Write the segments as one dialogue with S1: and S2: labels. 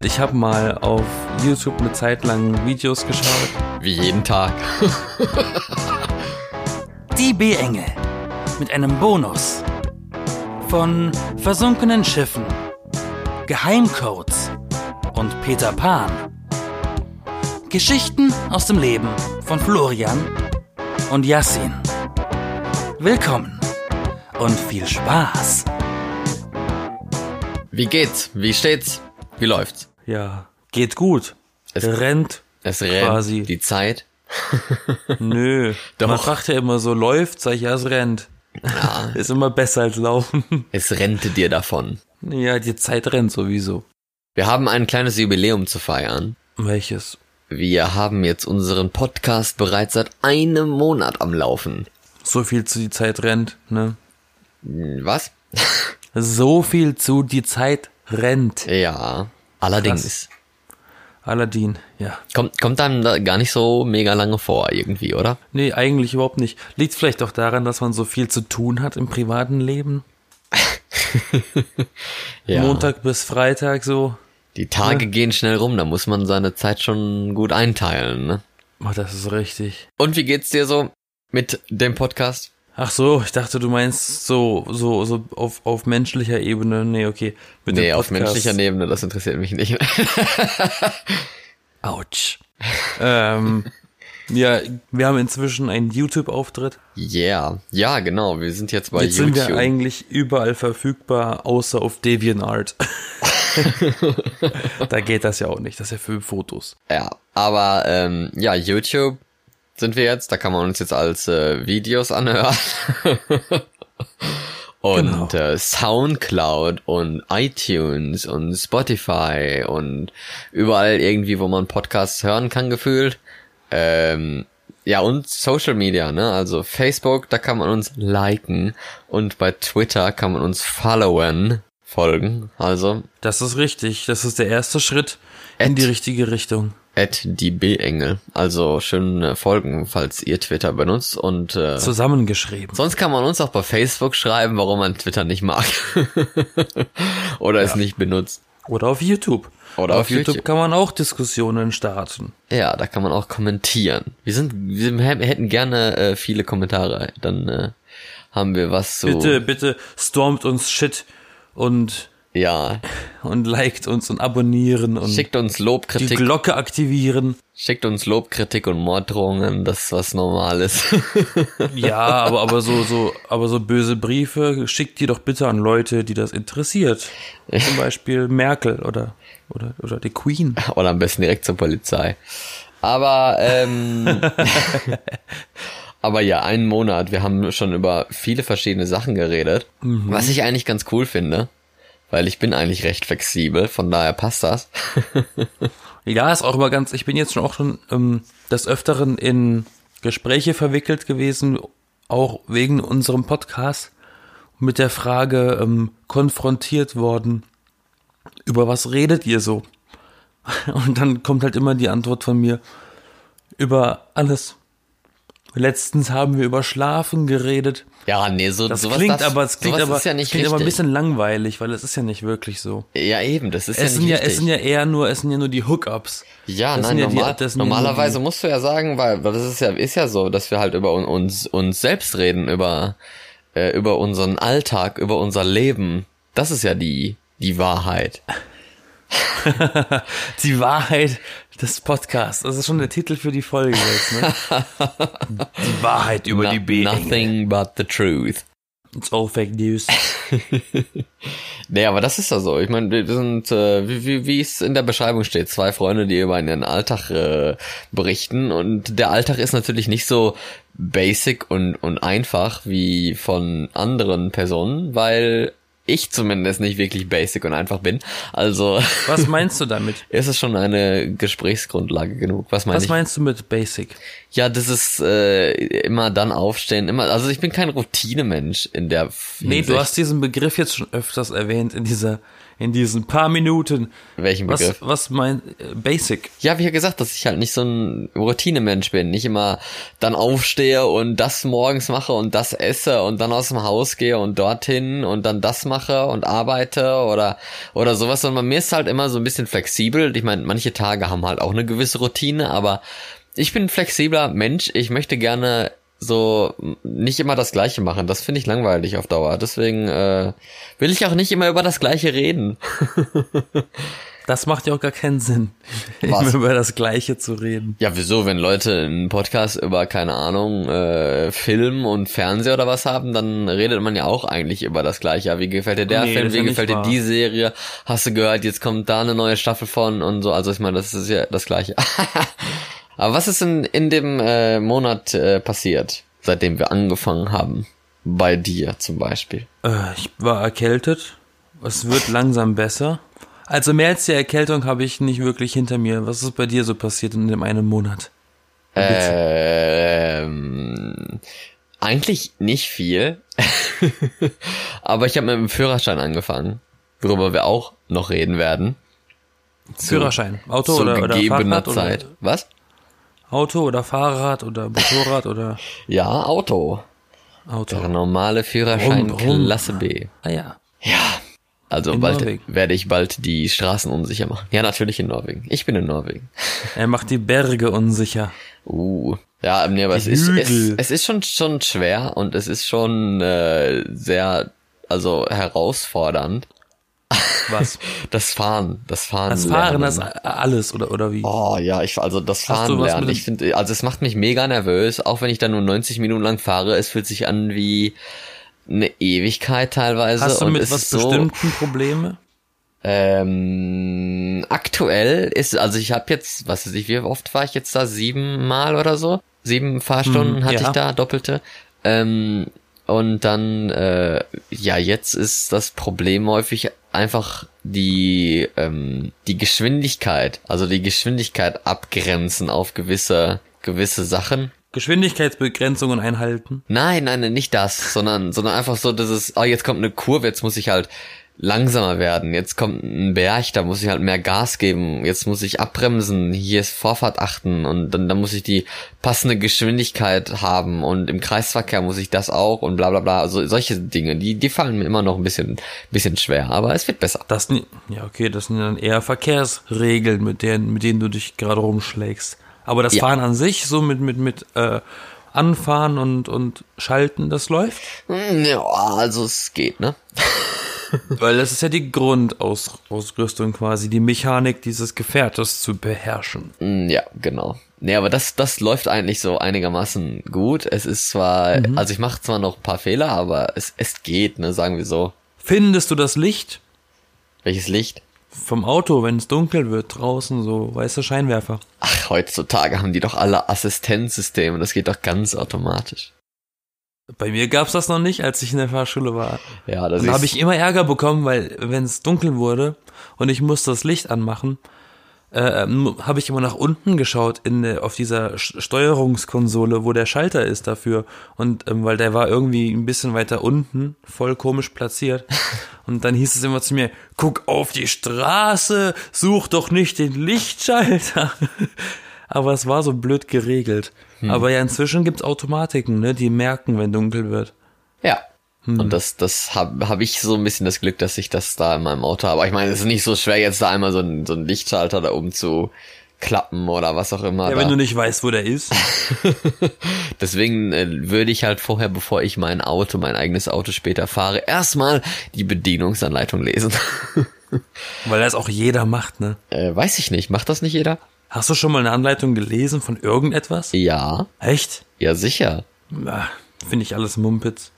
S1: Ich habe mal auf YouTube eine Zeit lang Videos geschaut.
S2: Wie jeden Tag.
S3: Die B-Engel mit einem Bonus von versunkenen Schiffen, Geheimcodes und Peter Pan. Geschichten aus dem Leben von Florian und Yassin. Willkommen und viel Spaß.
S2: Wie geht's? Wie steht's? Wie läuft's?
S1: Ja, geht gut.
S2: Es-
S1: rennt.
S2: Es rennt
S1: Quasi.
S2: die Zeit.
S1: Nö.
S2: Doch.
S1: Man fragt ja immer so, läuft, sag ich, ja, es rennt. Ist immer besser als laufen.
S2: Es rennte dir davon.
S1: ja, die Zeit rennt sowieso.
S2: Wir haben ein kleines Jubiläum zu feiern.
S1: Welches?
S2: Wir haben jetzt unseren Podcast bereits seit einem Monat am Laufen.
S1: So viel zu die Zeit rennt, ne?
S2: Hm, Was?
S1: So viel zu die Zeit rennt.
S2: Ja. Allerdings.
S1: Aladdin, ja.
S2: Kommt, kommt einem da gar nicht so mega lange vor irgendwie, oder?
S1: Nee, eigentlich überhaupt nicht. Liegt vielleicht auch daran, dass man so viel zu tun hat im privaten Leben.
S2: Ja.
S1: Montag bis Freitag so.
S2: Die Tage gehen schnell rum, da muss man seine Zeit schon gut einteilen, ne?
S1: Oh, das ist richtig.
S2: Und wie geht's dir so mit dem Podcast?
S1: Ach so, ich dachte, du meinst so, so, so auf, auf menschlicher Ebene. Nee, okay. Mit
S2: Nee,
S1: dem
S2: auf
S1: Podcast.
S2: menschlicher Ne- Ebene, das interessiert mich nicht.
S1: Autsch. ähm, ja, wir haben inzwischen einen YouTube-Auftritt.
S2: yeah. Ja, genau, wir sind jetzt bei
S1: Jetzt
S2: YouTube.
S1: sind wir eigentlich überall verfügbar, außer auf DeviantArt. da geht das ja auch nicht. Das ist ja für Fotos.
S2: ja, aber ähm, ja, YouTube sind wir jetzt, da kann man uns jetzt als äh, Videos anhören.
S1: Genau.
S2: und äh, Soundcloud und iTunes und Spotify und überall irgendwie, wo man Podcasts hören kann, gefühlt. Ähm, ja, und Social Media, ne? Also Facebook, da kann man uns liken und bei Twitter kann man uns followen, folgen. Also
S1: Das ist richtig. Das ist der erste Schritt in
S2: Ed.
S1: die richtige Richtung.
S2: At die B-Engel. Also schön äh, folgen, falls ihr Twitter benutzt. Und äh,
S1: Zusammengeschrieben.
S2: sonst kann man uns auch bei Facebook schreiben, warum man Twitter nicht mag. Oder es nicht benutzt.
S1: Oder auf YouTube.
S2: Oder auf
S1: auf YouTube,
S2: YouTube.
S1: kann man auch Diskussionen starten.
S2: Ja, da kann man auch kommentieren. Wir sind, wir hä- hätten gerne äh, viele Kommentare. Dann äh, haben wir was zu.
S1: Bitte, bitte stormt uns Shit und,
S2: Ja.
S1: und liked uns und abonnieren und
S2: Schickt uns
S1: die
S2: Lobkritik.
S1: Glocke aktivieren.
S2: Schickt uns Lobkritik und Morddrohungen, das ist was Normales.
S1: Ja, aber, aber so, so, aber so böse Briefe schickt die doch bitte an Leute, die das interessiert. Zum Beispiel Merkel oder, oder, oder die Queen.
S2: Oder am besten direkt zur Polizei. Aber, ähm, aber ja, einen Monat. Wir haben schon über viele verschiedene Sachen geredet.
S1: Mhm.
S2: Was ich eigentlich ganz cool finde. Weil ich bin eigentlich recht flexibel, von daher passt das.
S1: Ja, ist auch immer ganz, ich bin jetzt schon auch schon ähm, des Öfteren in Gespräche verwickelt gewesen, auch wegen unserem Podcast, mit der Frage ähm, konfrontiert worden, über was redet ihr so? Und dann kommt halt immer die Antwort von mir, über alles. Letztens haben wir über Schlafen geredet.
S2: Ja, nee, so
S1: Das
S2: sowas
S1: klingt
S2: darf-
S1: aber, es klingt
S2: Also sowas
S1: aber,
S2: ist ja nicht
S1: es klingt aber ein
S2: richtig.
S1: bisschen langweilig, weil es ist ja nicht wirklich so.
S2: Ja, eben, das ist
S1: Es
S2: ja
S1: sind
S2: nicht
S1: ja,
S2: richtig.
S1: es sind ja eher nur, es sind ja nur die Hookups.
S2: Ja,
S1: Das
S2: nein,
S1: sind ja die-
S2: normal,
S1: das sind ja nur die-
S2: normalerweise musst du ja sagen, weil weil das ist ja ist ja so, dass wir halt über un- uns uns selbst reden, über äh, über unseren Alltag, über unser Leben. Das ist ja die die Wahrheit.
S1: Die Wahrheit des Podcasts. Das ist schon der Titel für die Folge jetzt, ne? die Wahrheit über
S2: No-
S1: die B.
S2: Nothing but the truth.
S1: It's all fake news.
S2: Nee, aber das ist ja so. Ich meine, wir sind, äh, wie, wie, wie es in der Beschreibung steht, zwei Freunde, die über ihren Alltag äh, berichten. Und der Alltag ist natürlich nicht so basic und, und einfach wie von anderen Personen, weil ich zumindest nicht wirklich basic und einfach bin. Also
S1: Was meinst du damit?
S2: ist es schon eine Gesprächsgrundlage genug. Was meine
S1: Was
S2: ich?
S1: meinst du mit Basic?
S2: Ja, das ist äh, immer dann aufstehen, immer. Also ich bin kein Routinemensch in der.
S1: Nee,
S2: Hinsicht.
S1: du hast diesen Begriff jetzt schon öfters erwähnt in dieser, in in diesen paar Minuten.
S2: Welchen
S1: Was,
S2: Begriff?
S1: was mein äh, Basic?
S2: Ja, wie ja gesagt, dass ich halt nicht so ein Routinemensch bin. Nicht immer dann aufstehe und das morgens mache und das esse und dann aus dem Haus gehe und dorthin und dann das mache und arbeite oder, oder sowas. Sondern bei mir ist halt immer so ein bisschen flexibel. Ich meine, manche Tage haben halt auch eine gewisse Routine, aber ich bin ein flexibler Mensch. Ich möchte gerne so m, nicht immer das Gleiche machen. Das finde ich langweilig auf Dauer. Deswegen äh, will ich auch nicht immer über das Gleiche reden.
S1: Das macht ja auch gar keinen Sinn,
S2: Was?
S1: immer über das Gleiche zu reden.
S2: Ja, wieso? Wenn Leute einen Podcast über, keine Ahnung, äh, Film und Fernseher oder was haben, dann redet man ja auch eigentlich über das Gleiche. Ja, Wie gefällt dir der
S1: Nee, das
S2: Film?
S1: ist
S2: Wie
S1: ja nicht
S2: gefällt dir
S1: wahr.
S2: die Serie? Hast du gehört, jetzt kommt da eine neue Staffel von und so. Also ich meine, das ist ja das Gleiche. Aber was ist in, in dem äh, Monat äh, passiert, seitdem wir angefangen haben? Bei dir zum Beispiel.
S1: Äh, ich war erkältet. Es wird langsam besser. Also mehr als die Erkältung habe ich nicht wirklich hinter mir. Was ist bei dir so passiert in dem einen Monat?
S2: Ähm, eigentlich nicht viel. Aber ich habe mit dem Führerschein angefangen, worüber wir auch noch reden werden. Zu-
S1: Führerschein. Auto
S2: zu
S1: oder, oder
S2: gegebener
S1: Fahrrad
S2: Zeit.
S1: oder
S2: Was?
S1: Auto oder Fahrrad oder Motorrad oder
S2: Ja, Auto.
S1: Auto.
S2: Der normale Führerschein
S1: Brumm, brumm.
S2: Klasse B.
S1: Ah ja.
S2: Also
S1: In
S2: bald
S1: Norwegen.
S2: werde ich bald die Straßen unsicher machen. Ja, natürlich in Norwegen. Ich bin in Norwegen.
S1: Er macht die Berge unsicher.
S2: Uh. Ja, nee, aber es ist, es,
S1: Hügel.
S2: es ist schon, schon schwer und es ist schon äh, sehr, also herausfordernd.
S1: Was?
S2: Das Fahren, das Fahren.
S1: Das Fahren,
S2: lernen.
S1: das a- alles oder, oder wie?
S2: Oh ja, ich also das
S1: du
S2: Fahren
S1: was
S2: lernen.
S1: mit dem-
S2: Ich finde, also es macht mich mega nervös, auch wenn ich dann nur 90 Minuten lang fahre. Es fühlt sich an wie eine Ewigkeit teilweise.
S1: Hast du
S2: und
S1: mit
S2: es
S1: was
S2: ist so,
S1: bestimmten Probleme?
S2: Ähm, aktuell ist, also ich habe jetzt, was weiß ich, wie oft war ich jetzt da? Siebenmal oder so? Sieben Fahrstunden
S1: Mhm,
S2: hatte
S1: ja.
S2: ich da, doppelte. Ähm, und dann, äh, ja, jetzt ist das Problem häufig einfach die, ähm, die Geschwindigkeit, also die Geschwindigkeit abgrenzen auf gewisse, gewisse Sachen.
S1: Geschwindigkeitsbegrenzungen einhalten?
S2: Nein, nein, nein, nicht das, sondern, sondern einfach so, dass es, oh, jetzt kommt eine Kurve, jetzt muss ich halt langsamer werden, jetzt kommt ein Berg, da muss ich halt mehr Gas geben, jetzt muss ich abbremsen, hier ist Vorfahrt achten und dann, dann muss ich die passende Geschwindigkeit haben und im Kreisverkehr muss ich das auch und bla bla bla, also solche Dinge, die, die fallen mir immer noch ein bisschen, bisschen schwer, aber es wird besser.
S1: Das, ni- ja, okay, das sind dann eher Verkehrsregeln, mit denen, mit denen du dich gerade rumschlägst. Aber das
S2: Ja.
S1: Fahren an sich, so mit, mit, mit, äh, Anfahren und, und Schalten, das läuft?
S2: Hm, Ja, also es geht, ne? Hm.
S1: Weil das ist ja die Grundausrüstung quasi, die Mechanik dieses Gefährtes zu beherrschen.
S2: Mm, Ja, genau. Nee, aber das, das läuft eigentlich so einigermaßen gut. Es ist zwar,
S1: Mhm.
S2: also ich mache zwar noch ein paar Fehler, aber es, es geht, ne, sagen wir so.
S1: Findest du das Licht
S2: Welches Licht?
S1: vom Auto, wenn es dunkel wird, draußen so weiße Scheinwerfer?
S2: Ach, heutzutage haben die doch alle Assistenzsysteme. Das geht doch ganz automatisch.
S1: Bei mir gab's das noch nicht, als ich in der Fahrschule war.
S2: Ja, das
S1: Da
S2: ist.
S1: habe ich immer Ärger bekommen, weil wenn es dunkel wurde und ich musste das Licht anmachen, äh, habe ich immer nach unten geschaut in der- auf dieser Sch- Steuerungskonsole, wo der Schalter ist dafür. Und ähm, weil der war irgendwie ein bisschen weiter unten, voll komisch platziert. Und dann hieß es immer zu mir: Guck auf die Straße, such doch nicht den Lichtschalter. Aber es war so blöd geregelt. Aber ja, inzwischen gibt's Automatiken, ne, die merken, wenn dunkel wird.
S2: Ja.
S1: Hm.
S2: Und das, das habe hab ich so ein bisschen das Glück, dass ich das da in meinem Auto habe. Aber ich meine, es ist nicht so schwer, jetzt da einmal so einen so einen Lichtschalter da oben zu klappen oder was auch immer.
S1: Ja,
S2: da.
S1: wenn du nicht weißt, wo der ist.
S2: Deswegen äh, würde ich halt vorher, bevor ich mein Auto, mein eigenes Auto später fahre, erstmal die Bedienungsanleitung lesen.
S1: Weil das auch jeder macht, ne?
S2: äh, weiß ich nicht, macht das nicht jeder?
S1: Hast du schon mal eine Anleitung gelesen von irgendetwas?
S2: Ja,
S1: Echt?
S2: ja sicher.
S1: Finde ich alles Mumpitz.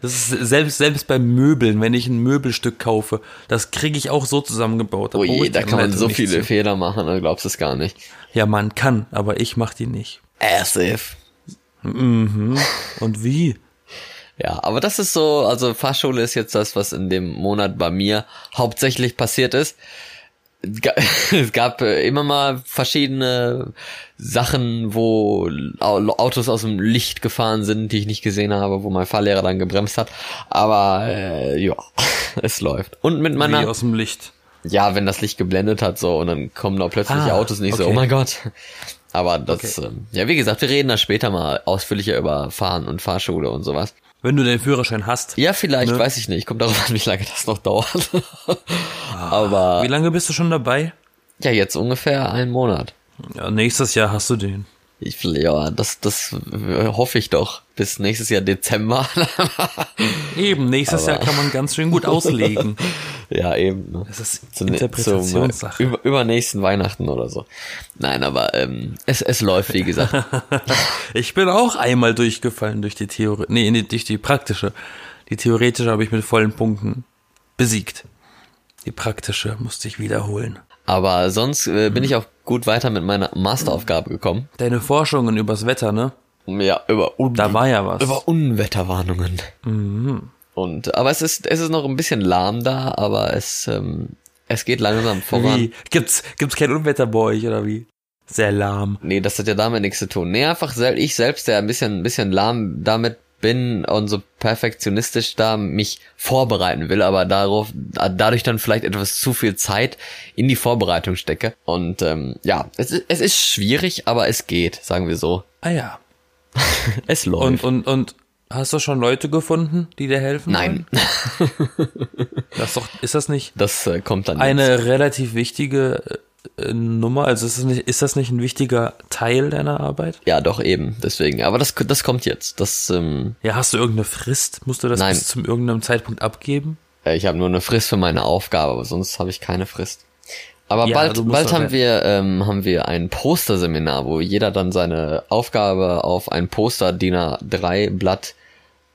S1: Das ist selbst, selbst bei Möbeln, wenn ich ein Möbelstück kaufe, das kriege ich auch so zusammengebaut.
S2: Oh
S1: brauche
S2: je,
S1: ich
S2: da
S1: die
S2: kann man
S1: Anleitung
S2: so
S1: nicht
S2: viele
S1: zu.
S2: Fehler machen, du glaubst es gar nicht.
S1: Ja, man kann, aber ich mache die nicht.
S2: As if.
S1: Und wie?
S2: Ja, aber das ist so, also Fahrschule ist jetzt das, was in dem Monat bei mir hauptsächlich passiert ist. Es ga- Es gab äh, immer mal verschiedene Sachen, wo Au- Autos aus dem Licht gefahren sind, die ich nicht gesehen habe, wo mein Fahrlehrer dann gebremst hat. Aber äh, ja, es läuft. Und mit meiner.
S1: Wie aus dem Licht.
S2: Ja, wenn das Licht geblendet hat so und dann kommen da plötzlich
S1: Ah,
S2: Autos nicht so,
S1: okay.
S2: oh mein Gott. Aber das,
S1: Okay.
S2: ähm, ja wie gesagt, wir reden da später mal ausführlicher über Fahren und Fahrschule und sowas.
S1: Wenn du den Führerschein hast.
S2: Ja, vielleicht,
S1: Ne?
S2: weiß ich nicht. Kommt darauf an, wie lange das noch dauert.
S1: Ah.
S2: Aber
S1: Wie lange bist du schon dabei?
S2: ja, jetzt ungefähr einen Monat.
S1: Ja, nächstes Jahr hast du den.
S2: Ich, ja, das, das äh, hoffe ich doch. Bis nächstes Jahr Dezember.
S1: Eben, nächstes Jahr kann man ganz schön gut auslegen.
S2: ja, eben. Ne?
S1: Das ist
S2: Zum-
S1: Interpretationssache.
S2: Zum, äh, über, übernächsten Weihnachten oder so. Nein, aber ähm, es, es läuft, wie gesagt.
S1: Ich bin auch einmal durchgefallen durch die Theorie, nee, nee, durch die praktische. Die theoretische habe ich mit vollen Punkten besiegt. Die praktische musste ich wiederholen.
S2: Aber sonst äh, bin ich auch gut weiter mit meiner Masteraufgabe gekommen.
S1: Deine Forschungen übers Wetter, ne?
S2: Ja, über, Un
S1: Da war ja was.
S2: über Unwetterwarnungen. Und aber es ist es ist noch ein bisschen lahm da, aber es ähm, es geht langsam voran.
S1: wie? Gibt's, gibt's kein Unwetter bei euch, oder wie? Sehr lahm.
S2: Nee, das hat ja damit nichts zu tun. Nee, einfach sel ich selbst, der ein bisschen, ein bisschen lahm damit bin und so perfektionistisch da mich vorbereiten will, aber darauf, da- dadurch dann vielleicht etwas zu viel Zeit in die Vorbereitung stecke. Und ähm, ja, es ist, es ist schwierig, aber es geht, sagen wir so.
S1: Ah ja.
S2: Es läuft.
S1: Und, und, und hast du schon Leute gefunden, die dir helfen?
S2: Nein,
S1: wollen? Das ist doch, ist das nicht
S2: das äh, kommt dann jetzt.
S1: eine relativ wichtige äh, Nummer? Also ist das, nicht, ist das nicht ein wichtiger Teil deiner Arbeit?
S2: Ja, doch eben, deswegen. Aber das, das kommt jetzt. Das, ähm,
S1: Ja, hast du irgendeine Frist? Musst du das
S2: Nein.
S1: bis zum irgendeinem Zeitpunkt abgeben?
S2: äh, ich habe nur eine Frist für meine Aufgabe, aber sonst habe ich keine Frist. Aber
S1: Ja,
S2: bald,
S1: du musst
S2: bald
S1: doch
S2: haben
S1: re-
S2: wir, ähm, haben wir ein Posterseminar, wo jeder dann seine Aufgabe auf ein Poster DIN A3 Blatt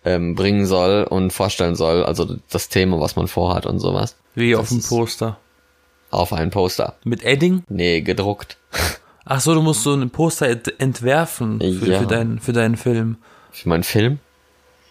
S2: ähm, bringen soll und vorstellen soll, also das Thema, was man vorhat und sowas,
S1: Wie auf dem Poster.
S2: auf ein Poster.
S1: Mit Edding?
S2: Nee, gedruckt.
S1: Ach so, du musst so ein Poster ent entwerfen für,
S2: Ja.
S1: für, deinen, für deinen Film.
S2: Für meinen Film?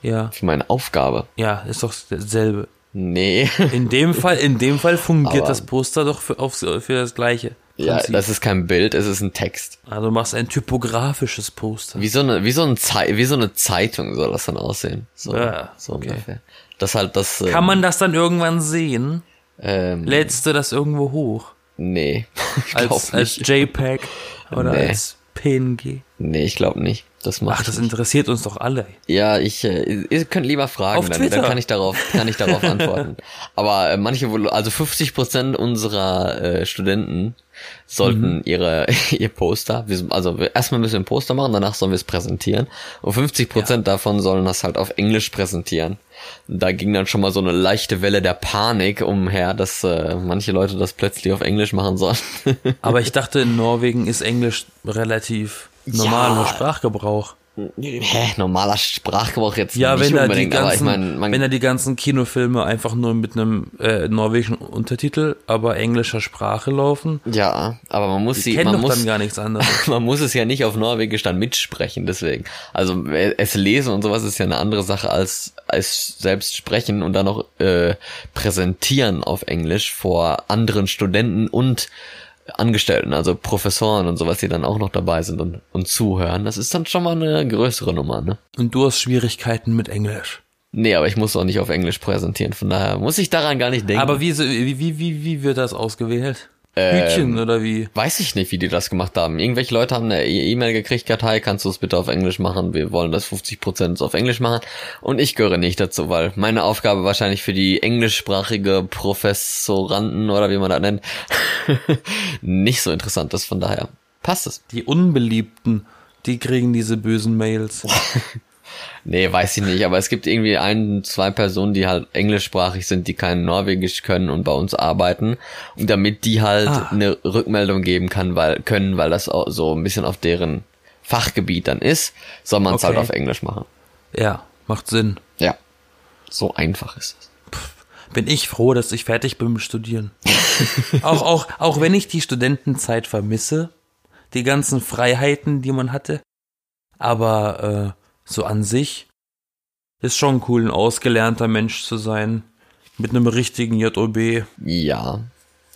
S1: Ja,
S2: Für meine Aufgabe?
S1: ja, ist doch dasselbe.
S2: Nee.
S1: In dem Fall, in dem Fall fungiert
S2: Aber-
S1: das Poster doch für, aufs, für das gleiche.
S2: ja,
S1: Prinzip.
S2: das ist kein Bild, es ist ein Text.
S1: also du machst ein typografisches Poster.
S2: Wie so eine, wie so ein Zei wie so eine Zeitung soll das dann aussehen. So,
S1: Ja,
S2: so
S1: okay.
S2: ungefähr. Das halt das. ähm,
S1: Kann man das dann irgendwann sehen?
S2: Ähm,
S1: Lädst du das irgendwo hoch?
S2: nee. Ich glaub
S1: Als, als
S2: nicht.
S1: JPEG oder
S2: Nee.
S1: als PNG?
S2: nee, ich glaube nicht. Das macht.
S1: Ach, das interessiert uns doch alle.
S2: ja, ich. Äh, ihr könnt lieber fragen,
S1: Auf
S2: dann, dann
S1: Twitter.
S2: kann ich darauf, kann ich darauf antworten. Aber äh, manche, wohl- also 50 Prozent unserer äh, Studenten sollten
S1: Mhm.
S2: ihre ihr Poster. Wir, also wir- erstmal müssen wir ein Poster machen, danach sollen wir es präsentieren. Und 50 Prozent davon sollen das halt auf Englisch präsentieren. Da ging dann schon mal so eine leichte Welle der Panik umher, dass äh, manche Leute das plötzlich auf Englisch machen sollen.
S1: Aber ich dachte, in Norwegen ist Englisch relativ normaler Sprachgebrauch.
S2: Hä, normaler Sprachgebrauch jetzt
S1: Ja,
S2: nicht
S1: wenn da, die
S2: unbedingt, aber ich
S1: ganzen,
S2: meine, man,
S1: wenn da die ganzen Kinofilme einfach nur mit einem äh, norwegischen Untertitel, aber englischer Sprache laufen,
S2: ja, aber man muss sie,
S1: kennen
S2: man
S1: doch
S2: muss,
S1: dann gar nichts anderes.
S2: man muss es ja nicht auf Norwegisch dann mitsprechen, deswegen. Also äh, es lesen und sowas ist ja eine andere Sache als, als selbst sprechen und dann noch äh, präsentieren auf Englisch vor anderen Studenten und Angestellten, also Professoren und sowas, die dann auch noch dabei sind und, und zuhören. Das ist dann schon mal eine größere Nummer, ne?
S1: Und du hast Schwierigkeiten mit Englisch.
S2: Nee, aber ich muss auch nicht auf Englisch präsentieren, von daher muss ich daran gar nicht denken.
S1: Aber wie, so- wie, wie, wie, wie wird das ausgewählt? Hütchen oder wie?
S2: Weiß ich nicht, wie die das gemacht haben. Irgendwelche Leute haben eine E- E-Mail gekriegt, Kartei, kannst du es bitte auf Englisch machen? Wir wollen das 50% auf Englisch machen. Und ich gehöre nicht dazu, weil meine Aufgabe wahrscheinlich für die englischsprachige Professoranden oder wie man das nennt, nicht so interessant ist. Von daher passt es.
S1: Die Unbeliebten, die kriegen diese bösen Mails.
S2: Nee, weiß ich nicht, aber es gibt irgendwie ein, zwei Personen, die halt englischsprachig sind, die kein Norwegisch können und bei uns arbeiten. Und damit die halt
S1: Ah.
S2: eine Rückmeldung geben kann, weil, können, weil das auch so ein bisschen auf deren Fachgebiet dann ist, soll man es
S1: Okay.
S2: halt auf Englisch machen.
S1: Ja, macht Sinn.
S2: Ja. So einfach ist es.
S1: bin ich froh, dass ich fertig bin mit Studieren. auch, auch, auch wenn ich die Studentenzeit vermisse, die ganzen Freiheiten, die man hatte. Aber äh, so an sich ist schon cool, ein ausgelernter Mensch zu sein. Mit einem richtigen JOB.
S2: Ja,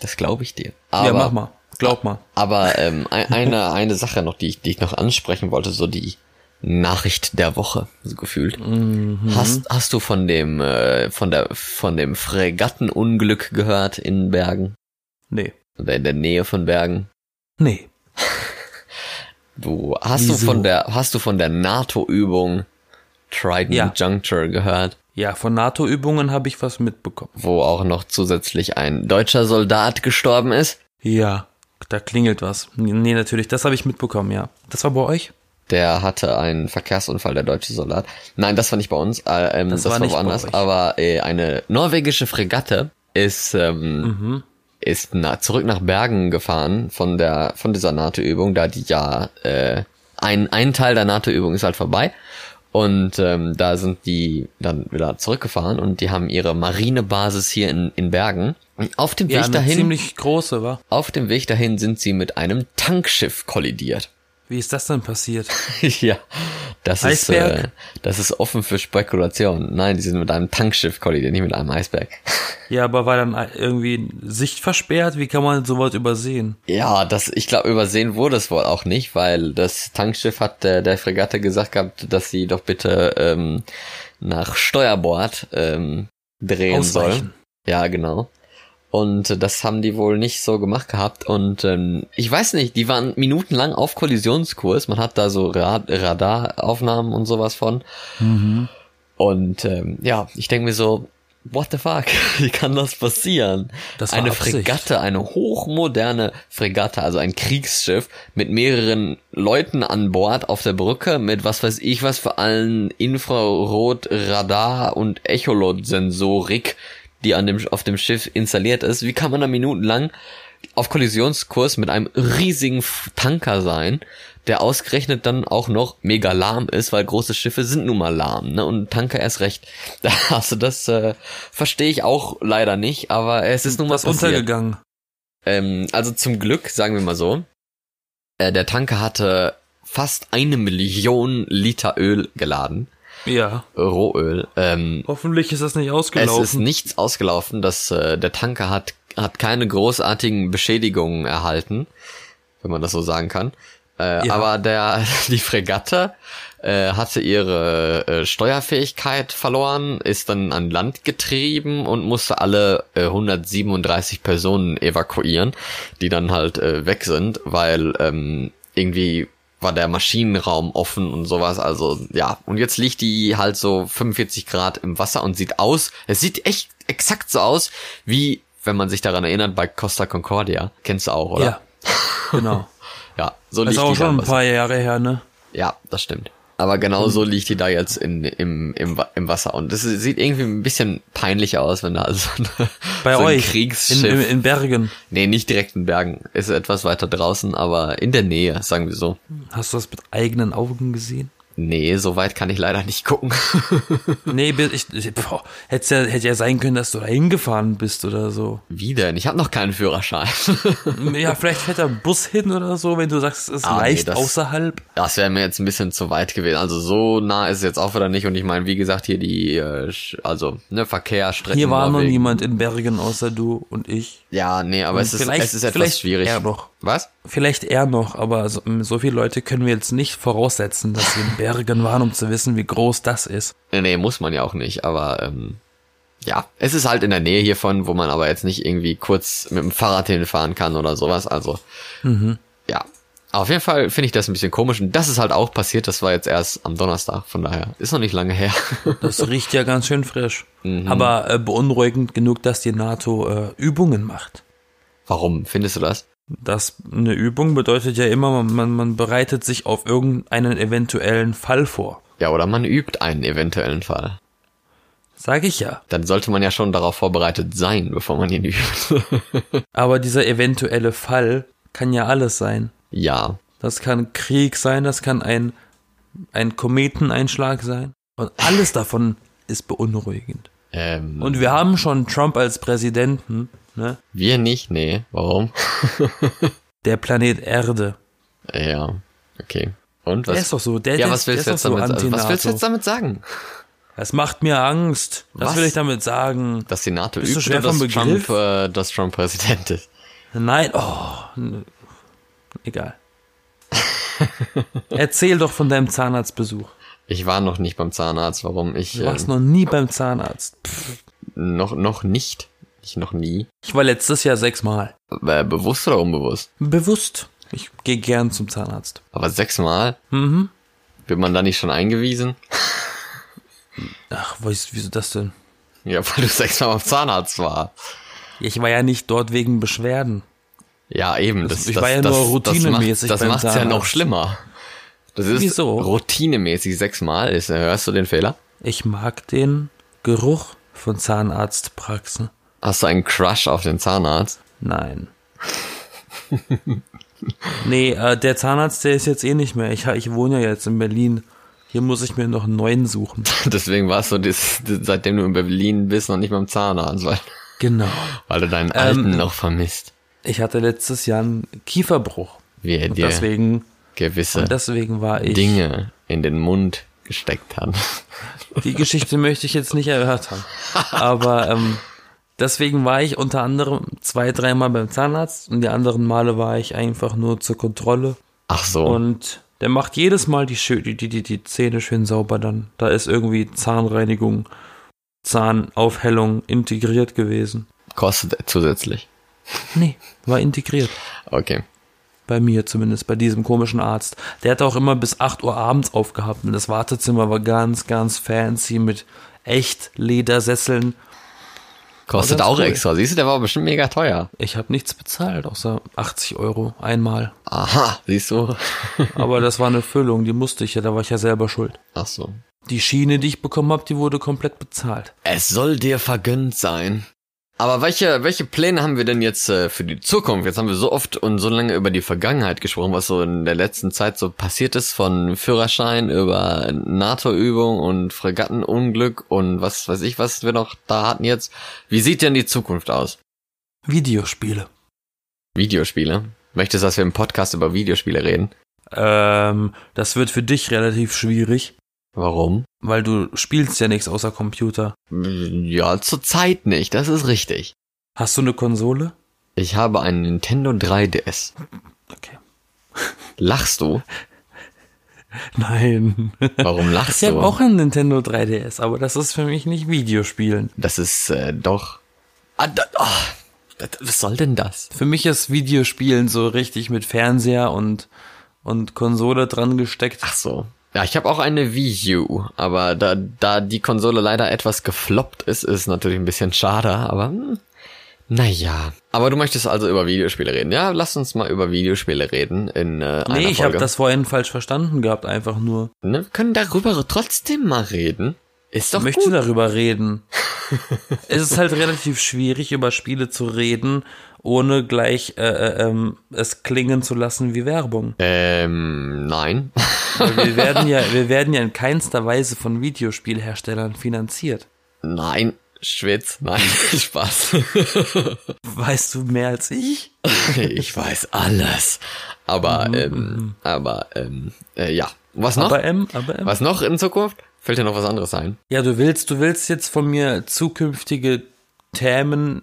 S2: das glaube ich dir. Aber,
S1: ja, mach mal. Glaub mal.
S2: Aber ähm, ein- eine, eine Sache noch, die ich, die ich noch ansprechen wollte, so die Nachricht der Woche, so gefühlt.
S1: Mhm.
S2: Hast, hast du von dem, äh, von der, von dem Fregattenunglück gehört in Bergen?
S1: Nee.
S2: Oder in der Nähe von Bergen?
S1: Nee.
S2: Du, hast du
S1: Wieso?
S2: von der, hast du von der NATO-Übung Trident
S1: Ja.
S2: Juncture gehört?
S1: Ja, von NATO-Übungen habe ich was mitbekommen.
S2: Wo auch noch zusätzlich ein deutscher Soldat gestorben ist?
S1: Ja, da klingelt was. Nee, natürlich, das habe ich mitbekommen, ja. Das war bei euch?
S2: Der hatte einen Verkehrsunfall, der deutsche Soldat. Nein, das war nicht bei uns, äh, ähm, das,
S1: Das
S2: war,
S1: war nicht bei
S2: woanders.
S1: euch.
S2: Aber äh, eine norwegische Fregatte ist ähm,
S1: Mhm.
S2: ist na, zurück nach Bergen gefahren von der von dieser NATO-Übung, da die ja äh, ein ein Teil der NATO-Übung ist halt vorbei und ähm, da sind die dann wieder zurückgefahren und die haben ihre Marinebasis hier in in Bergen. Und auf dem
S1: Ja,
S2: Weg
S1: eine
S2: dahin,
S1: ziemlich große, war.
S2: auf dem Weg dahin sind sie mit einem Tankschiff kollidiert.
S1: Wie ist das denn passiert?
S2: ja, das ist
S1: Eisberg?
S2: äh, das ist offen für Spekulationen. Nein, die sind mit einem Tankschiff kollidiert, nicht mit einem Eisberg.
S1: Ja, aber war dann irgendwie Sicht versperrt? Wie kann man sowas übersehen?
S2: Ja, das ich glaube übersehen wurde es wohl auch nicht, weil das Tankschiff hat der, der Fregatte gesagt gehabt, dass sie doch bitte ähm, nach Steuerbord ähm, drehen soll.
S1: Ausweichen.
S2: Ja, genau. Und äh, das haben die wohl nicht so gemacht gehabt. Und ähm, ich weiß nicht, die waren minutenlang auf Kollisionskurs. Man hat da so Ra Radaraufnahmen und sowas von. Und ähm, ja, ich denke mir so, what the fuck? Wie kann das passieren?
S1: Das war
S2: eine
S1: Absicht.
S2: Fregatte, eine hochmoderne Fregatte, also ein Kriegsschiff mit mehreren Leuten an Bord auf der Brücke, mit was weiß ich was für allen Infrarot, Radar und Echolot-Sensorik, die an dem, auf dem Schiff installiert ist. Wie kann man da minutenlang auf Kollisionskurs mit einem riesigen F- Tanker sein, der ausgerechnet dann auch noch mega lahm ist, weil große Schiffe sind nun mal lahm, ne? Und Tanker erst recht. Also das äh, verstehe ich auch leider nicht, aber es ist nun mal
S1: Was
S2: passiert.
S1: untergegangen?
S2: Ähm, also zum Glück, sagen wir mal so, äh, der Tanker hatte fast eine Million Liter Öl geladen,
S1: Ja,
S2: Rohöl. Ähm,
S1: hoffentlich ist das nicht
S2: es ist
S1: ausgelaufen.
S2: nichts ausgelaufen, dass äh, der Tanker hat hat keine großartigen Beschädigungen erhalten, wenn man das so sagen kann. Äh,
S1: Ja.
S2: Aber der die Fregatte äh, hatte ihre äh, Steuerfähigkeit verloren, ist dann an Land getrieben und musste alle äh, 137 Personen evakuieren, die dann halt äh, weg sind, weil ähm, irgendwie war der Maschinenraum offen und sowas. Also ja, und jetzt liegt die halt so 45 Grad im Wasser und sieht aus, es sieht echt exakt so aus, wie wenn man sich daran erinnert, bei Costa Concordia. Kennst du auch, oder?
S1: ja, genau.
S2: Ja, so
S1: Das ist
S2: liegt
S1: auch
S2: die da
S1: schon ein
S2: im
S1: Hm.
S2: Wasser.
S1: paar Jahre her, ne?
S2: Ja, das stimmt. Aber genau so liegt die da jetzt in, im, im, Wa- im Wasser. Und das sieht irgendwie ein bisschen peinlich aus, wenn da also eine,
S1: Bei
S2: so ein
S1: euch.
S2: Kriegsschiff.
S1: In, in, in Bergen.
S2: nee, nicht direkt in Bergen. Ist etwas weiter draußen, aber in der Nähe, sagen wir so.
S1: Hast du das mit eigenen Augen gesehen?
S2: Nee, so weit kann ich leider nicht gucken.
S1: Nee, bi- ich, ich boah, hätt's ja, hätte ja sein können, dass du da hingefahren bist oder so.
S2: Wie denn? Ich habe noch keinen Führerschein.
S1: Ja, vielleicht fährt der Bus hin oder so, wenn du sagst, es ist
S2: Ah, nee,
S1: leicht
S2: das-
S1: außerhalb.
S2: Das wäre mir jetzt ein bisschen zu weit gewesen. Also so nah ist es jetzt auch wieder nicht. Und ich meine, wie gesagt, hier die, äh, Sch- also ne, Verkehr, Strecken.
S1: Hier war noch
S2: Norwegen.
S1: niemand in Bergen außer du Genau und ich.
S2: Ja, nee, aber es ist,
S1: vielleicht-
S2: es ist etwas
S1: vielleicht
S2: schwierig.
S1: eher noch.
S2: Was?
S1: Vielleicht er noch, aber so, ähm, so viele Leute können wir jetzt nicht voraussetzen, dass sie in Bergen waren, um zu wissen, wie groß das ist.
S2: Nee, nee, muss man ja auch nicht, aber ähm, ja, es ist halt in der Nähe hiervon, wo man aber jetzt nicht irgendwie kurz mit dem Fahrrad hinfahren kann oder sowas. Also,
S1: Mhm.
S2: ja. Auf jeden Fall finde ich das ein bisschen komisch. Und das ist halt auch passiert, das war jetzt erst am Donnerstag, von daher. Ist noch nicht lange her.
S1: Das riecht ja ganz schön frisch.
S2: Mhm.
S1: Aber äh, beunruhigend genug, dass die NATO äh, Übungen macht.
S2: Warum findest du das?
S1: Das, eine Übung bedeutet ja immer, man- man, man bereitet sich auf irgendeinen eventuellen Fall vor.
S2: Ja, oder man übt einen eventuellen Fall.
S1: Sag ich ja.
S2: Dann sollte man ja schon darauf vorbereitet sein, bevor man ihn übt.
S1: Aber dieser eventuelle Fall kann ja alles sein.
S2: ja,
S1: Das kann Krieg sein, das kann ein, ein Kometeneinschlag sein. Und alles davon ist beunruhigend.
S2: ähm,
S1: Und wir haben schon Trump als Präsidenten, ne?
S2: wir nicht, nee. Warum?
S1: Der Planet Erde.
S2: ja, okay. Und was?
S1: Der ist doch so, der,
S2: ja,
S1: der
S2: was
S1: der
S2: willst, du
S1: ist
S2: jetzt
S1: doch so
S2: damit, also, was willst du jetzt
S1: anti-NATO.
S2: damit sagen?
S1: Das macht mir Angst. Das
S2: Was?
S1: will ich damit sagen.
S2: Dass die NATO
S1: Bist du
S2: übt
S1: schwer
S2: oder dass
S1: vom
S2: Trump,
S1: Begriff?
S2: äh, dass Trump Präsident ist?
S1: Nein, oh, n- egal.
S3: Erzähl doch von deinem Zahnarztbesuch.
S2: Ich war noch nicht beim Zahnarzt, warum? Ich
S3: Du
S2: äh,
S3: warst noch nie beim Zahnarzt.
S2: noch, noch nicht. Ich noch nie.
S3: Ich war letztes Jahr sechsmal.
S2: Äh, bewusst oder unbewusst?
S3: Bewusst. Ich gehe gern zum Zahnarzt.
S2: Aber sechsmal?
S3: Mhm.
S2: Wird man da nicht schon eingewiesen?
S3: Ach, weiß, wieso das denn?
S2: Ja, weil du sechsmal beim Zahnarzt war.
S3: Ja, Ich war ja nicht dort wegen Beschwerden.
S2: Ja, eben. Das,
S3: ich
S2: das,
S3: war ja
S2: das,
S3: nur
S2: Das
S3: routinemäßig
S2: macht, das
S3: beim
S2: macht's ja
S3: Zahnarzt.
S2: noch schlimmer. Das ist
S3: Wieso?
S2: routinemäßig sechsmal ist. Hörst du den Fehler?
S3: Ich mag den Geruch von Zahnarztpraxen.
S2: Hast du einen Crush auf den Zahnarzt?
S3: Nein. nee, äh, der Zahnarzt, der ist jetzt eh nicht mehr. Ich, ha- ich wohne ja jetzt in Berlin. Hier muss ich mir noch einen neuen suchen.
S2: Deswegen warst du dis- seitdem du in Berlin bist noch nicht beim Zahnarzt, weil,
S3: Genau.
S2: weil du deinen alten noch vermisst.
S3: Ich hatte letztes Jahr einen Kieferbruch.
S2: Wie er
S3: Und
S2: dir
S3: deswegen,
S2: gewisse
S3: und deswegen war ich.
S2: Dinge in den Mund gesteckt hat.
S3: Die Geschichte möchte ich jetzt nicht erhört haben. Aber ähm, deswegen war ich unter anderem zwei, dreimal beim Zahnarzt und die anderen Male war ich einfach nur zur Kontrolle.
S2: Ach so.
S3: Und der macht jedes Mal die, schö- die, die, die, die Zähne schön sauber dann. Da ist irgendwie Zahnreinigung, Zahnaufhellung integriert gewesen.
S2: Kostet er zusätzlich.
S3: Nee, war integriert.
S2: Okay.
S3: Oh, Bei mir zumindest, bei diesem komischen Arzt. Der hat auch immer bis 8 Uhr abends aufgehabt und das Wartezimmer war ganz, ganz fancy mit echt Ledersesseln.
S2: Kostet
S3: ganz
S2: auch
S3: cool.
S2: extra. Siehst du, der war bestimmt mega teuer.
S3: Ich habe nichts bezahlt, außer 80 Euro einmal.
S2: Aha, siehst du?
S3: Aber das war eine Füllung, die musste ich ja, da war ich ja selber schuld.
S2: Ach so.
S3: Die Schiene, die ich bekommen habe, die wurde komplett bezahlt.
S2: Es soll dir vergönnt sein. Aber welche, welche Pläne haben wir denn jetzt äh, für die Zukunft? Jetzt haben wir so oft und so lange über die Vergangenheit gesprochen, was so in der letzten Zeit so passiert ist, von Führerschein über NATO-Übung und Fregattenunglück und was weiß ich, was wir noch da hatten jetzt. Wie sieht denn die Zukunft aus?
S3: Videospiele.
S2: Videospiele? Möchtest du, dass wir im Podcast über Videospiele reden?
S3: Ähm, das wird für dich relativ schwierig,
S2: Warum?
S3: weil du spielst ja nichts außer Computer.
S2: Ja, zurzeit nicht, das ist richtig.
S3: Hast du eine Konsole?
S2: Ich habe einen Nintendo 3DS.
S3: Okay.
S2: Lachst du?
S3: Nein.
S2: Warum lachst
S3: Ich habe
S2: du?
S3: auch einen Nintendo 3DS, aber das ist für mich nicht Videospielen.
S2: Das ist äh, doch. Ah, da, ah, da, da- was soll denn das?
S3: Für mich ist Videospielen so richtig mit Fernseher und, und Konsole dran gesteckt.
S2: Ach so. Ja, ich habe auch eine Wii U, aber da, da die Konsole leider etwas gefloppt ist, ist natürlich ein bisschen schade, aber hm, naja. Aber du möchtest also über Videospiele reden. Ja, lass uns mal über Videospiele reden in äh, einer
S3: Nee,
S2: Folge.
S3: ich habe das vorhin falsch verstanden gehabt, einfach nur.
S2: Ne, wir können darüber trotzdem mal reden. Ist doch
S3: Ich möchte
S2: gut.
S3: darüber reden. es ist halt relativ schwierig, über Spiele zu reden, ohne gleich äh, äh, ähm, es klingen zu lassen wie Werbung.
S2: Ähm, nein.
S3: Weil wir, werden ja, wir werden ja in keinster Weise von Videospielherstellern finanziert.
S2: nein, Schwitz, nein, Spaß.
S3: Weißt du mehr als ich?
S2: ich weiß alles. Aber, ähm, aber, ähm, äh, ja. Was noch?
S3: Mhm, Aber M, aber M.
S2: was noch in Zukunft? Fällt dir noch was anderes ein?
S3: Ja, du willst, du willst jetzt von mir zukünftige Themen,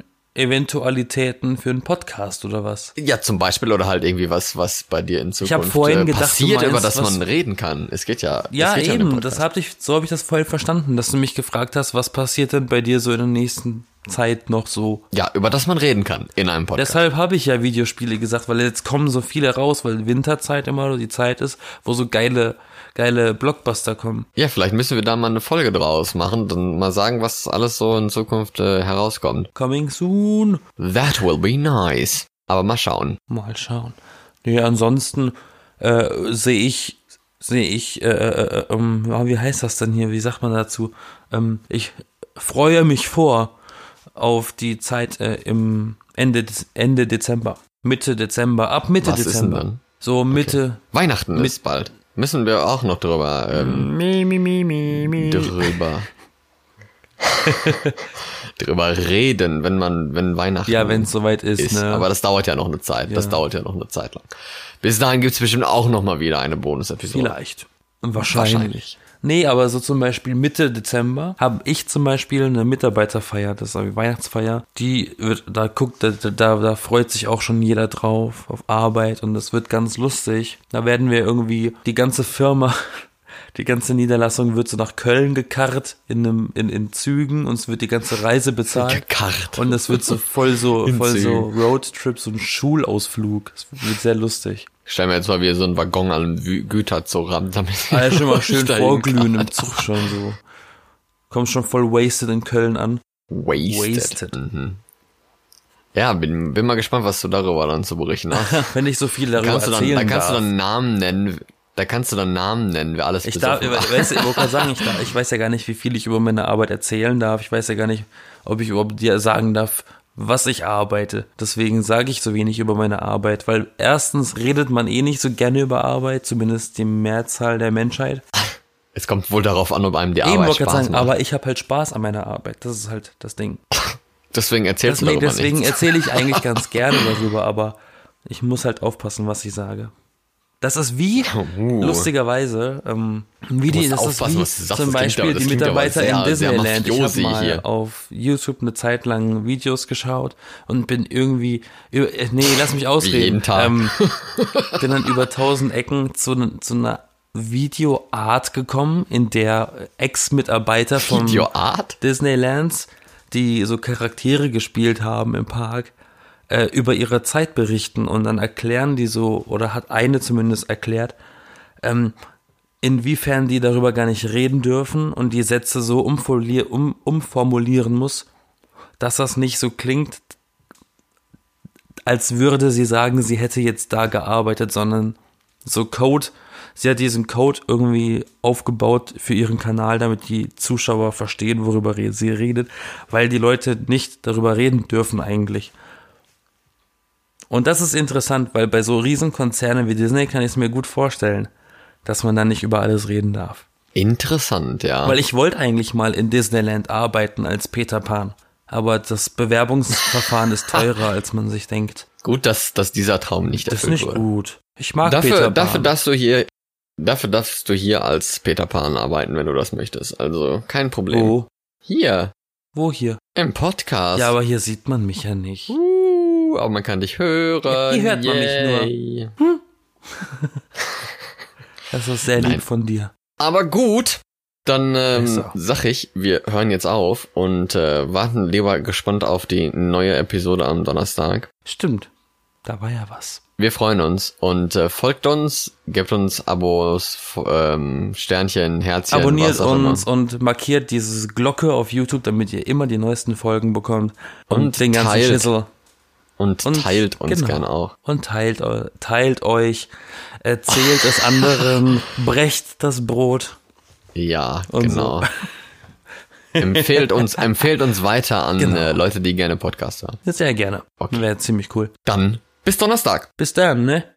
S3: Eventualitäten für einen Podcast oder was?
S2: Ja, zum Beispiel oder halt irgendwie was, was bei dir in Zukunft
S3: hab vorhin
S2: äh,
S3: gedacht, du
S2: passiert,
S3: meinst,
S2: über das
S3: was-
S2: man reden kann. Es geht ja. es
S3: Ja,
S2: geht um den
S3: eben.
S2: Podcast.
S3: Das hab ich, so habe ich das vorhin verstanden, dass du mich gefragt hast, was passiert denn bei dir so in der nächsten Zeit noch so.
S2: ja, über das man reden kann in einem Podcast.
S3: Deshalb habe ich ja Videospiele gesagt, weil jetzt kommen so viele raus, weil Winterzeit immer so die Zeit ist, wo so geile, geile Blockbuster kommen.
S2: ja, vielleicht müssen wir da mal eine Folge draus machen, dann mal sagen, was alles so in Zukunft äh, herauskommt.
S3: Coming soon.
S2: That will be nice. Aber mal schauen.
S3: Mal schauen. Nee, ansonsten äh, sehe ich, sehe ich, äh, äh, äh, ähm, ah, wie heißt das denn hier? Wie sagt man dazu? Ähm, ich freue mich vor auf die Zeit äh, im Ende, Dez- Ende Dezember. Mitte Dezember, ab Mitte
S2: Was ist
S3: Dezember.
S2: denn dann?
S3: So Mitte.
S2: Weihnachten ist bald. Müssen wir auch noch drüber ähm,
S3: Mi, mi, mi, mi, mi.
S2: drüber drüber reden, wenn man wenn Weihnachten
S3: Ja, wenn es soweit ist,
S2: ist.
S3: ne?
S2: Aber das dauert ja noch eine Zeit. Das dauert ja noch eine Zeit lang. Bis dahin gibt's bestimmt auch noch mal wieder eine Bonus-Episode.
S3: Vielleicht. Wahrscheinlich.
S2: Wahrscheinlich.
S1: Nee, aber so zum Beispiel Mitte Dezember habe ich zum Beispiel eine Mitarbeiterfeier, das ist eine Weihnachtsfeier. Die wird, da guckt, da, da, da freut sich auch schon jeder drauf, auf Arbeit und das wird ganz lustig. Da werden wir irgendwie die ganze Firma die ganze Niederlassung wird so nach Köln gekarrt in, einem, in, in Zügen und es wird die ganze Reise bezahlt.
S2: Gekarrt.
S1: Und es wird so voll so,
S2: In
S1: voll so
S2: Zügen.
S1: Roadtrip, so ein Schulausflug. Es wird sehr lustig.
S2: Stell mir jetzt mal wieder so einen Waggon an Wü- Güterzug ran, damit
S1: Alles schon mal schön
S2: Steigen
S1: vorglühen
S2: kann.
S1: im Zug schon so. Kommst schon voll wasted in Köln an.
S2: Wasted.
S1: Wasted.
S2: Mhm. Ja, bin, bin mal gespannt, was du darüber dann zu berichten hast.
S1: Wenn ich so viel darüber
S2: kannst du dann,
S1: erzählen
S2: da kannst
S1: darf.
S2: du dann Namen nennen, da kannst du dann Namen nennen, wer alles
S1: ich darf,
S2: besoffen war.
S1: weißt, du, ich wollte gerade sagen, ich, darf, ich weiß ja gar nicht, wie viel ich über meine Arbeit erzählen darf. Ich weiß ja gar nicht, ob ich überhaupt dir sagen darf, was ich arbeite. Deswegen sage ich so wenig über meine Arbeit, weil erstens redet man eh nicht so gerne über Arbeit, zumindest die Mehrzahl der Menschheit.
S2: Es kommt wohl darauf an, ob einem die
S1: Eben
S2: Arbeit
S1: wollte ich
S2: Spaß
S1: gerade sagen,
S2: macht.
S1: aber ich habe halt Spaß an meiner Arbeit. Das ist halt das Ding.
S2: deswegen erzählst
S1: Deswegen,
S2: du darüber
S1: deswegen
S2: nichts.
S1: erzähle ich eigentlich ganz gerne darüber, aber ich muss halt aufpassen, was ich sage. Das ist wie,
S2: Uh.
S1: lustigerweise, ähm, wie die,
S2: musst
S1: das ist
S2: aufpassen,
S1: wie
S2: was du sagst.
S1: zum
S2: Das klingt
S1: Beispiel
S2: aber- das
S1: die
S2: klingt aber
S1: Mitarbeiter
S2: sehr-
S1: in
S2: sehr
S1: Disneyland. Ich habe
S2: mafiosi
S1: mal
S2: hier.
S1: auf YouTube eine Zeit lang Videos geschaut und bin irgendwie, über, äh, nee, lass mich ausreden.
S2: jeden Tag.
S1: Ähm, bin dann über tausend Ecken zu, ne- zu einer Videoart gekommen, in der Ex-Mitarbeiter vom
S2: Videoart?
S1: Disneylands, die so Charaktere gespielt haben im Park, äh, über ihre Zeit berichten und dann erklären die so, oder hat eine zumindest erklärt, ähm, inwiefern die darüber gar nicht reden dürfen und die Sätze so umformulier um, umformulieren muss, dass das nicht so klingt, als würde sie sagen, sie hätte jetzt da gearbeitet, sondern so Code. Sie hat diesen Code irgendwie aufgebaut für ihren Kanal, damit die Zuschauer verstehen, worüber re- sie redet, weil die Leute nicht darüber reden dürfen eigentlich. Und das ist interessant, weil bei so Riesenkonzernen wie Disney kann ich es mir gut vorstellen, dass man dann nicht über alles reden darf.
S2: Interessant, ja.
S1: Weil ich wollte eigentlich mal in Disneyland arbeiten als Peter Pan, aber das Bewerbungsverfahren ist teurer, als man sich denkt.
S2: gut, dass, dass dieser Traum nicht
S1: Das ist
S2: erfüllt
S1: nicht
S2: wurde.
S1: gut. Ich mag Peter
S2: Dafür,
S1: Pan.
S2: dafür darfst du hier, dafür darfst du hier als Peter Pan arbeiten, wenn du das möchtest. Also kein Problem.
S1: Wo?
S2: Hier
S1: Wo hier?
S2: im Podcast.
S1: Ja, aber hier sieht man mich ja nicht.
S2: Uh, aber man kann dich hören.
S1: Ja, hier hört man mich
S2: Yay.
S1: Das ist sehr lieb
S2: Nein.
S1: von dir.
S2: Aber gut, dann ähm,
S1: Besser.
S2: sag ich, wir hören jetzt auf und äh, warten lieber gespannt auf die neue Episode am Donnerstag.
S1: Stimmt. Da war ja was.
S2: Wir freuen uns und äh, folgt uns, gebt uns Abos, f- ähm, Sternchen, Herzchen,
S1: Abonniert
S2: was auch
S1: uns
S2: immer.
S1: und markiert diese Glocke auf YouTube, damit ihr immer die neusten Folgen bekommt. Und,
S2: Und
S1: den ganzen
S2: teilt.
S1: Schissel.
S2: und,
S1: und-
S2: teilt uns
S1: genau.
S2: gern auch.
S1: Und teilt, eu- teilt euch, erzählt es anderen, brecht das Brot.
S2: Ja,
S1: Und
S2: genau. empfehlt uns, empfehlt uns weiter an
S1: Genau.
S2: äh, Leute, die gerne Podcast hören.
S1: Sehr gerne.
S2: Okay.
S1: Wäre ziemlich cool.
S2: Dann bis Donnerstag.
S1: Bis dann, ne?